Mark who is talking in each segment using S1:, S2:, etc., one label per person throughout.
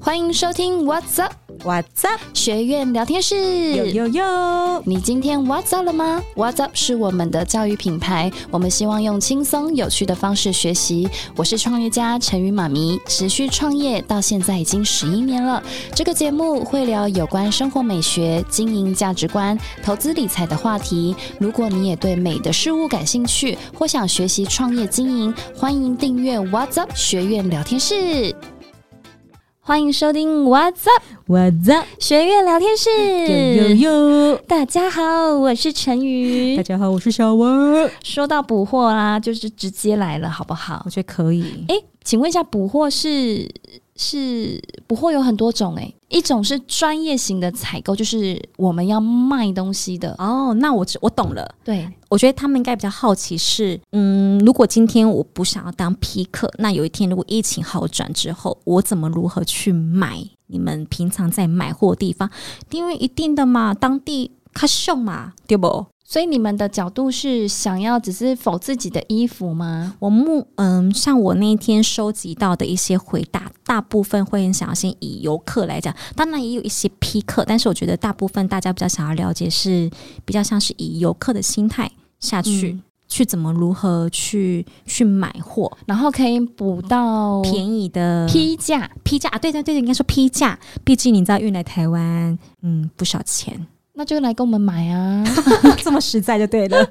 S1: 欢迎收听 What's Up
S2: What's up？
S1: 学院聊天
S2: 有
S1: 室。
S2: 有有，
S1: 你今天 What's Up 了吗？What's Up 是我们的教育品牌，我们希望用轻松有趣的方式学习。我是创业家陈宇妈咪，持续创业到现在已经十一年了。这个节目会聊有关生活美学、经营价值观、投资理财的话题。如果你也对美的事物感兴趣，或想学习创业经营，欢迎订阅 What's Up 学院聊天室。欢迎收听 What's Up。
S2: What's up？
S1: 学院聊天
S2: 有有
S1: 室。
S2: 有，
S1: 大家好，我是陈
S2: 大
S1: 瑜。
S2: 家好，我是小文，
S1: 哎说到补货啦，就是直接来了，好不好
S2: 我？觉得可以。
S1: 哎、请问一下，补货是是补货有很多种哎、诶一种是专业型的采购，就是我们要卖东西的，
S2: 哦，那我知我懂了。
S1: 对，
S2: 我觉得他们应该比较好奇是，嗯，如果今天我不想要当批客，那有一天如果疫情好转之后，我怎么如何去买你们平常在买货的地方？因为一定的嘛，当地它秀嘛，对不？
S1: 所以你们的角度是想要只是否自己的衣服吗？
S2: 我目嗯，像我那一天收集到的一些回答，大部分会很想要先以游客来讲，当然也有一些批客，但是我觉得大部分大家比较想要了解是比较像是以游客的心态下去。
S1: 嗯
S2: 去怎么如何去去买货，
S1: 然后可以补到
S2: 便宜的
S1: 批价，
S2: 哦批价啊，对对对，应该说批价，毕竟你知道运来台湾，嗯，不少钱，
S1: 那就来跟我们买啊！
S2: 这么实在就对了。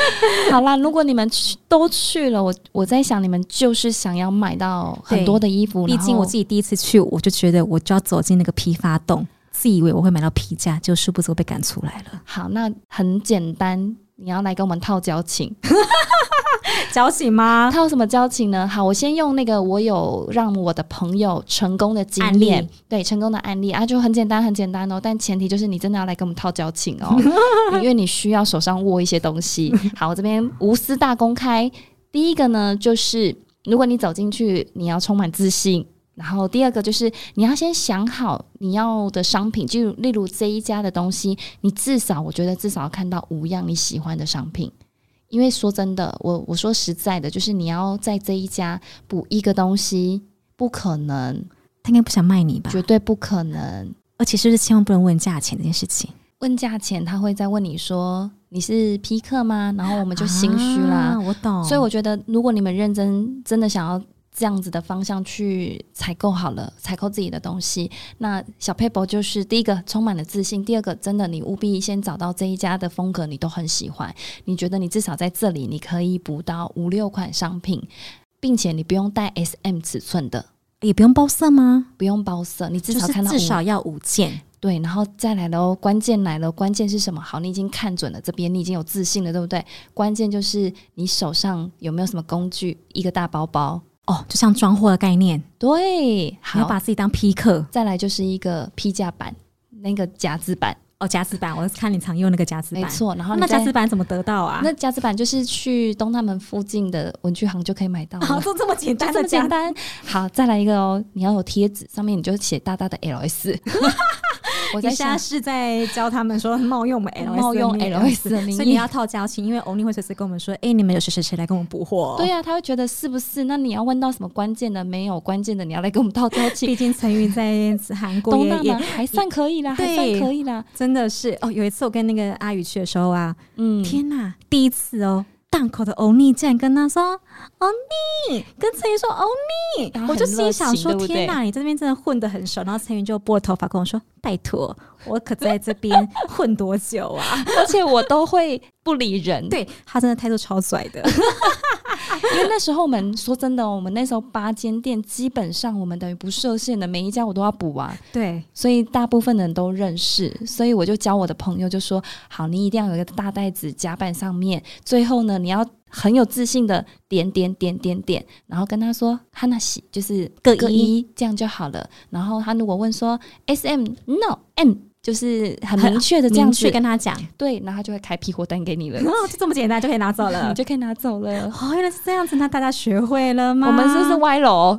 S1: 好啦，如果你们去都去了，我我在想，你们就是想要买到很多的衣服，
S2: 毕竟我自
S1: 己
S2: 己第一次去，我就觉得我就要走进那个批发洞，自以为我会买到批价，就殊不知我被赶出来了。
S1: 好，那很简单。你要来跟我们套交情，
S2: 矫情 吗？
S1: 套什么交情呢？好，我先用那个我有让我的朋友成功的经
S2: 案例
S1: 验，对成功的案例啊，就很简单很简单哦。但前提就是你真的要来跟我们套交情 哦，因为你需要手上握一些东西。 好，我这边无私大公开，第一个呢就是如果你走进去，你要充满自信。然后第二个就是你要先想好你要的商品，就例如这一家的东西，你至少我觉得至少要看到五样你喜欢的商品。因为说真的，我我说实在的，就是你要在这一家补一个东西，不可能，
S2: 他应该不想卖你吧？
S1: 绝对不可能。
S2: 而且是不是千万不能问价钱这件事情？
S1: 问价钱，他会再问你说你是批客吗？然后我们就心虚啦。
S2: 啊我懂。
S1: 所以我觉得，如果你们认真真的想要这样子的方向去采购好了，采购自己的东西，那小 paper 就是第一个充满了自信，第二个真的你务必先找到这一家的风格你都很喜欢，你觉得你至少在这里你可以补到五六款商品，并且你不用带 S M 尺寸的，
S2: 也不用包色吗？
S1: 不用包色，你至少
S2: 就是
S1: 看到
S2: 至
S1: 五
S2: 少要五件。
S1: 对，然后再来喽，关键来了，关键是什么？好，你已经看准了这边，你已经有自信了，对不对？关键就是你手上有没有什么工具，一个大包包。
S2: 哦，就像装货的概念，
S1: 对，
S2: 你要
S1: 好，
S2: 把自己当批客
S1: 再来就是一个批价版，那个夹子版，
S2: 哦，夹子板，我看你常用那个夹子板，
S1: 没错。然后你
S2: 那夹
S1: 再
S2: 子板怎么得到啊？
S1: 那夹子版就是去东大门附近的文具行就可以买到了。
S2: 好，就这么简
S1: 就
S2: 单
S1: 这
S2: 哦的
S1: 么
S2: 夹
S1: 简单，好，再来一个哦。你要有贴纸，上面你就写大大的 L S。我在
S2: 你现
S1: 想
S2: 在是在教他们说冒用我们 LS
S1: 冒用
S2: 的内容
S1: LS 的名义
S2: 所以你要套交情，因为欧尼会随时跟我们说，哎、你们有谁谁谁来跟我们补货、
S1: 对、啊呀、他会觉得是不是？那你要问到什么关键的？没有关键的，你要来跟我们套交情。
S2: 毕 竟陈宇在韩国
S1: 东
S2: 也
S1: 大
S2: 也
S1: 门还算可以啦，还
S2: 对
S1: 算可以啦。
S2: 真的是哦。有一次我跟那个阿宇去的时候啊，
S1: 嗯，
S2: 天哪，第一次哦。档口的欧尼竟然跟他说：“欧尼，跟陈宇说欧尼。
S1: 然”后
S2: 我
S1: 很
S2: 就心
S1: 热
S2: 里想
S1: 情
S2: 说：“
S1: 对不对
S2: 天哪，你这边真的混得很熟。”然后陈宇就拨了头发跟我说：“拜托，我可在这边混多久啊
S1: 而且我都会不理 人？”，
S2: 对他真的态度超拽 的。
S1: 因为那时候我们说真的哦，我们那时候八间店基本上我们等于不设限的，每一家我都要补啊，
S2: 对，
S1: 所以大部分人都认识，所以我就教我的朋友就说：好，你一定要有一个大袋子夹板上面，最后呢你要。很有自信的点点点点点，然后跟他说哈纳西就是
S2: 各
S1: 各
S2: 一
S1: 一这样就好了。然后他如果问说 S M no M，就是 很
S2: 很
S1: 明确的这样
S2: 明
S1: 子
S2: 确跟他 讲，
S1: 对，然后他就会开批货单给 你了，
S2: 然哦后就这么简单就可以拿走了
S1: 你。就可以拿走了。
S2: 哦，原来是这样子，那大家学会了吗？
S1: 我们是不是歪楼？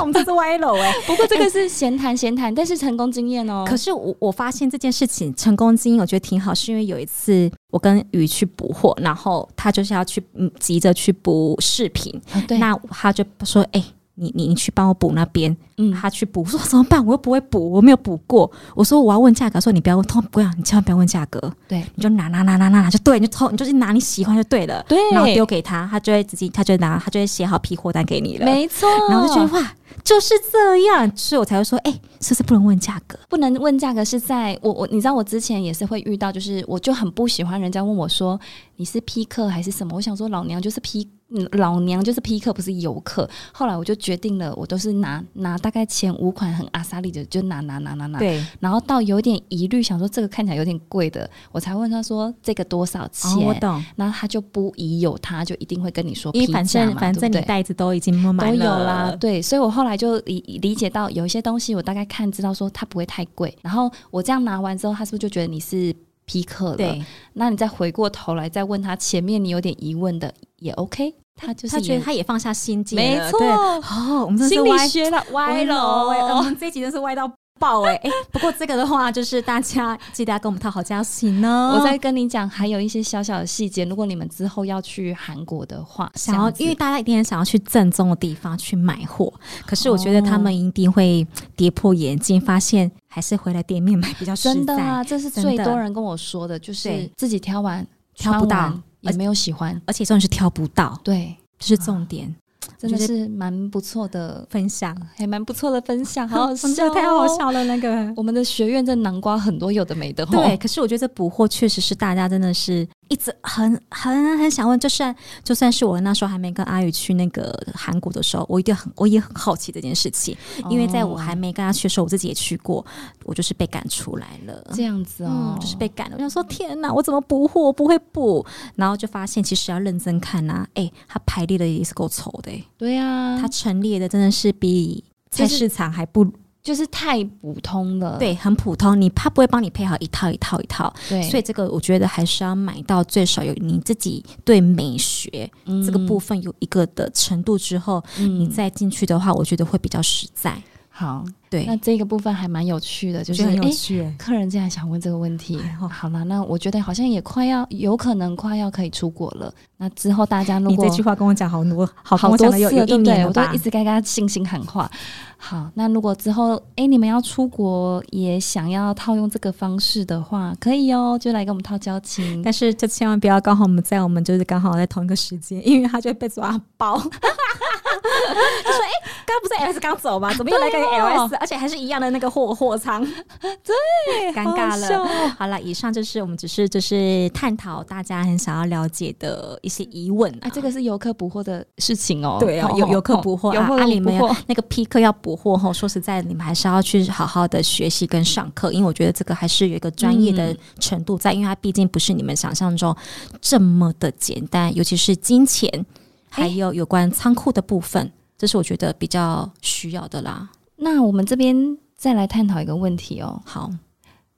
S2: 我们这是歪楼哎、
S1: 不过这个是闲谈闲谈，但是成功经验哦。
S2: 可是我我发现这件事情成功经验，我觉得挺好，是因为有一次我跟雨去补货，然后他就是要去嗯急着去补饰品，
S1: 哦对，
S2: 那他就说：“哎、你你你去帮我补那边，
S1: 嗯，
S2: 他去补，我说怎么办？我又不会补，我没有补过。我说我要问价格，他说你不要问，通不要，你千万不要问价格，
S1: 对
S2: 你就拿拿拿拿拿拿就对，你就偷，你就是拿你喜欢就对了，
S1: 对，
S2: 然后丢给他，他就会自己，他就会拿，他就会写好批货单给你了，
S1: 没错，
S2: 然后就觉得哇，就是这样，所以我才会说，哎、是不是不能问价格？
S1: 不能问价格是在我我你知道我之前也是会遇到，就是我就很不喜欢人家问我说你是批客还是什么，我想说老娘就是批。嗯老娘就是批客，不是游客。后来我就决定了，我都是拿拿大概前五款很阿萨利的，就拿拿拿拿拿。
S2: 对，
S1: 然后到有点疑虑，想说这个看起来有点贵的，我才问他说这个多少钱。
S2: 哦，我懂。
S1: 那他就不疑有他，就一定会跟你说批
S2: 因
S1: 价嘛，
S2: 为反正反正你
S1: 对不对
S2: 袋子都已经买
S1: 都有啦
S2: 了，，
S1: 对，所以我后来就理理解到有一些东西，我大概看知道说它不会太贵，然后我这样拿完之后，他是不是就觉得你是批客了？
S2: 对，
S1: 那你再回过头来再问他前面你有点疑问的也 OK，他就是
S2: 他觉
S1: 也
S2: 得他也放下心机了，
S1: 没错
S2: 对，哦，我们真的是
S1: 心理
S2: 歪
S1: 学了歪了
S2: 歪哎我
S1: 哦，
S2: 们这一集真是歪到爆哎、哎、不过这个的话，就是大家记得要跟我们讨好加薪哦。
S1: 我再跟你讲，还有一些小小的细节，如果你们之后要去韩国的话，
S2: 想
S1: 这
S2: 要
S1: 样，子
S2: 因为大家一定很想要去正宗的地方去买货，可是我觉得他
S1: 哦
S2: 们一定会跌破眼镜，发现还是回来店面买比较实
S1: 真的
S2: 在，
S1: 啊，这是
S2: 真
S1: 最
S2: 的
S1: 多人跟我说的，就是
S2: 对
S1: 自己挑完
S2: 挑不
S1: 穿完
S2: 到
S1: 也没有喜欢，
S2: 而且重点是挑不到，
S1: 对。
S2: 这是
S1: 啊
S2: 重点。
S1: 真的
S2: 我觉
S1: 是蛮不错的，
S2: 分享，
S1: 还蛮不错的分享， 好好
S2: 真
S1: 笑、哦
S2: 的太好！笑了，那个。
S1: 我们的学院这南瓜很多有的没的吼，
S2: 对，可是我觉得这补货确实是大家真的是一直很很很想问，就算就算是我那时候还没跟阿宇去那个韩国的时候，我一定很我也很好奇这件事情，
S1: 哦
S2: 因为在我还没跟他去的时候，我自己也去过，我就是被赶出来了。
S1: 这样子哦
S2: 嗯，，就是被赶了。我想说，天哪，我怎么补货？我不会补，然后就发现其实要认真看呐、啊。哎、它排列的也是够丑的、欸，
S1: 对啊，
S2: 它
S1: 它
S2: 陈列的真的是比菜
S1: 就是
S2: 市场还不、
S1: 就是太普通了，
S2: 对，很普通。你它不会帮你配好一套一套一套，
S1: 对，
S2: 所以这个我觉得还是要买到最少有你自己对美学
S1: 以
S2: 这个部分有一个的程度之后，
S1: 嗯
S2: 你再进去的话，我觉得会比较实在。
S1: 好，
S2: 对，
S1: 那这个部分还蛮有趣的，就
S2: 我
S1: 是
S2: 觉得很有
S1: 诶
S2: 趣、欸
S1: 客人竟然想问这个问题
S2: 哎，呦
S1: 好了，那我觉得好像也快要，有可能快要可以出国了。那之后大家如
S2: 你
S1: 果
S2: 这句话跟我讲好多，好哦跟
S1: 好
S2: 我
S1: 多
S2: 讲了
S1: 次
S2: 有
S1: 了，
S2: 有
S1: 对
S2: 一
S1: 不
S2: 年
S1: 对？
S2: 了
S1: 我都
S2: 吧
S1: 一直跟大家信心喊话。好，那如果之后诶你们要出国也想要套用这个方式的话，可以哦，就来跟我们套交情。
S2: 但是就千万不要刚好我们在我们就是刚好在同一个时间，因为他就会被抓包。就说：“哎、刚刚不是 LS 刚走吗？怎么又来个 LS？、而且还是一样的那个货货仓， 对，尴尬了。好了，以上就是我们只是就是探讨大家很想要了解的一些疑问啊。
S1: 啊，这个是游客补货的事情哦。
S2: 对 啊，
S1: 哦
S2: 有游客补货
S1: 游
S2: 啊，
S1: 客
S2: 啊你们
S1: 补货
S2: 要那个批课要补货吼。说实在，你们还是要去好好的学习跟上课，因为我觉得这个还是有一个专业的
S1: 嗯
S2: 程度在，因为它毕竟不是你们想象中这么的简单，尤其是金钱，还有有关仓库的部分，这是我觉得比较需要的啦。
S1: 那我们这边再来探讨一个问题哦，
S2: 好，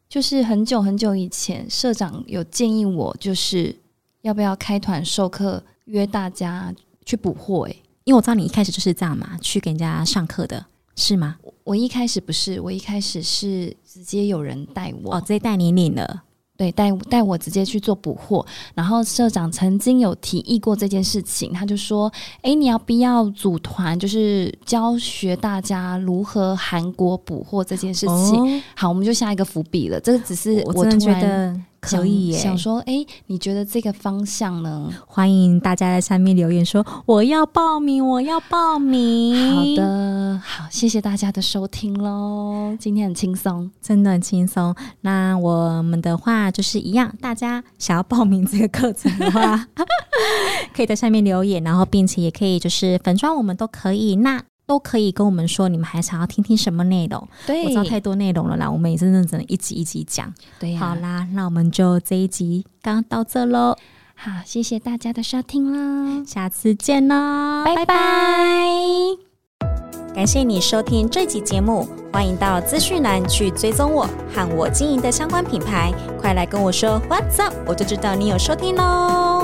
S1: 就是很久很久以前，社长有建议我，就是要不要开团授课，约大家去补货、诶
S2: 因为我知道你一开始就是这样嘛，去给人家上课的是吗？
S1: 我一开始不是，我一开始是直接有人带我，
S2: 哦，直接带你领了，
S1: 对，带带我直接去做补货。然后社长曾经有提议过这件事情，他就说：“诶，你要不要组团，就是教学大家如何韩国补货这件事情？”
S2: 哦
S1: 好，我们就下一个伏笔了。这个只是
S2: 我真的
S1: 突
S2: 觉
S1: 然
S2: 得
S1: 想
S2: 可以耶、
S1: 想说，诶，你觉得这个方向呢？
S2: 欢迎大家在下面留言说我要报名，我要报名。
S1: 好，的，好，谢谢大家的收听喽。今天很轻松，
S2: 真的很轻松。那我们的话就是一样，大家想要报名这个课程的话， 可以在下面留言，然后并且也可以就是粉砖我们都可以。那都可以跟我们说，你们还想要听听什么内容？
S1: 对
S2: 我知道太多内容了啦，我们也真的只能一集一集讲。
S1: 对啊呀、
S2: 好啦，那我们就这一集刚到这喽，
S1: 好，谢谢大家的收听啦，
S2: 下次见喽，
S1: 拜拜
S2: 感谢你收听这期节目，欢迎到资讯栏去追踪我和我经营的相关品牌，快来跟我说 What's up，我就知道你有收听喽。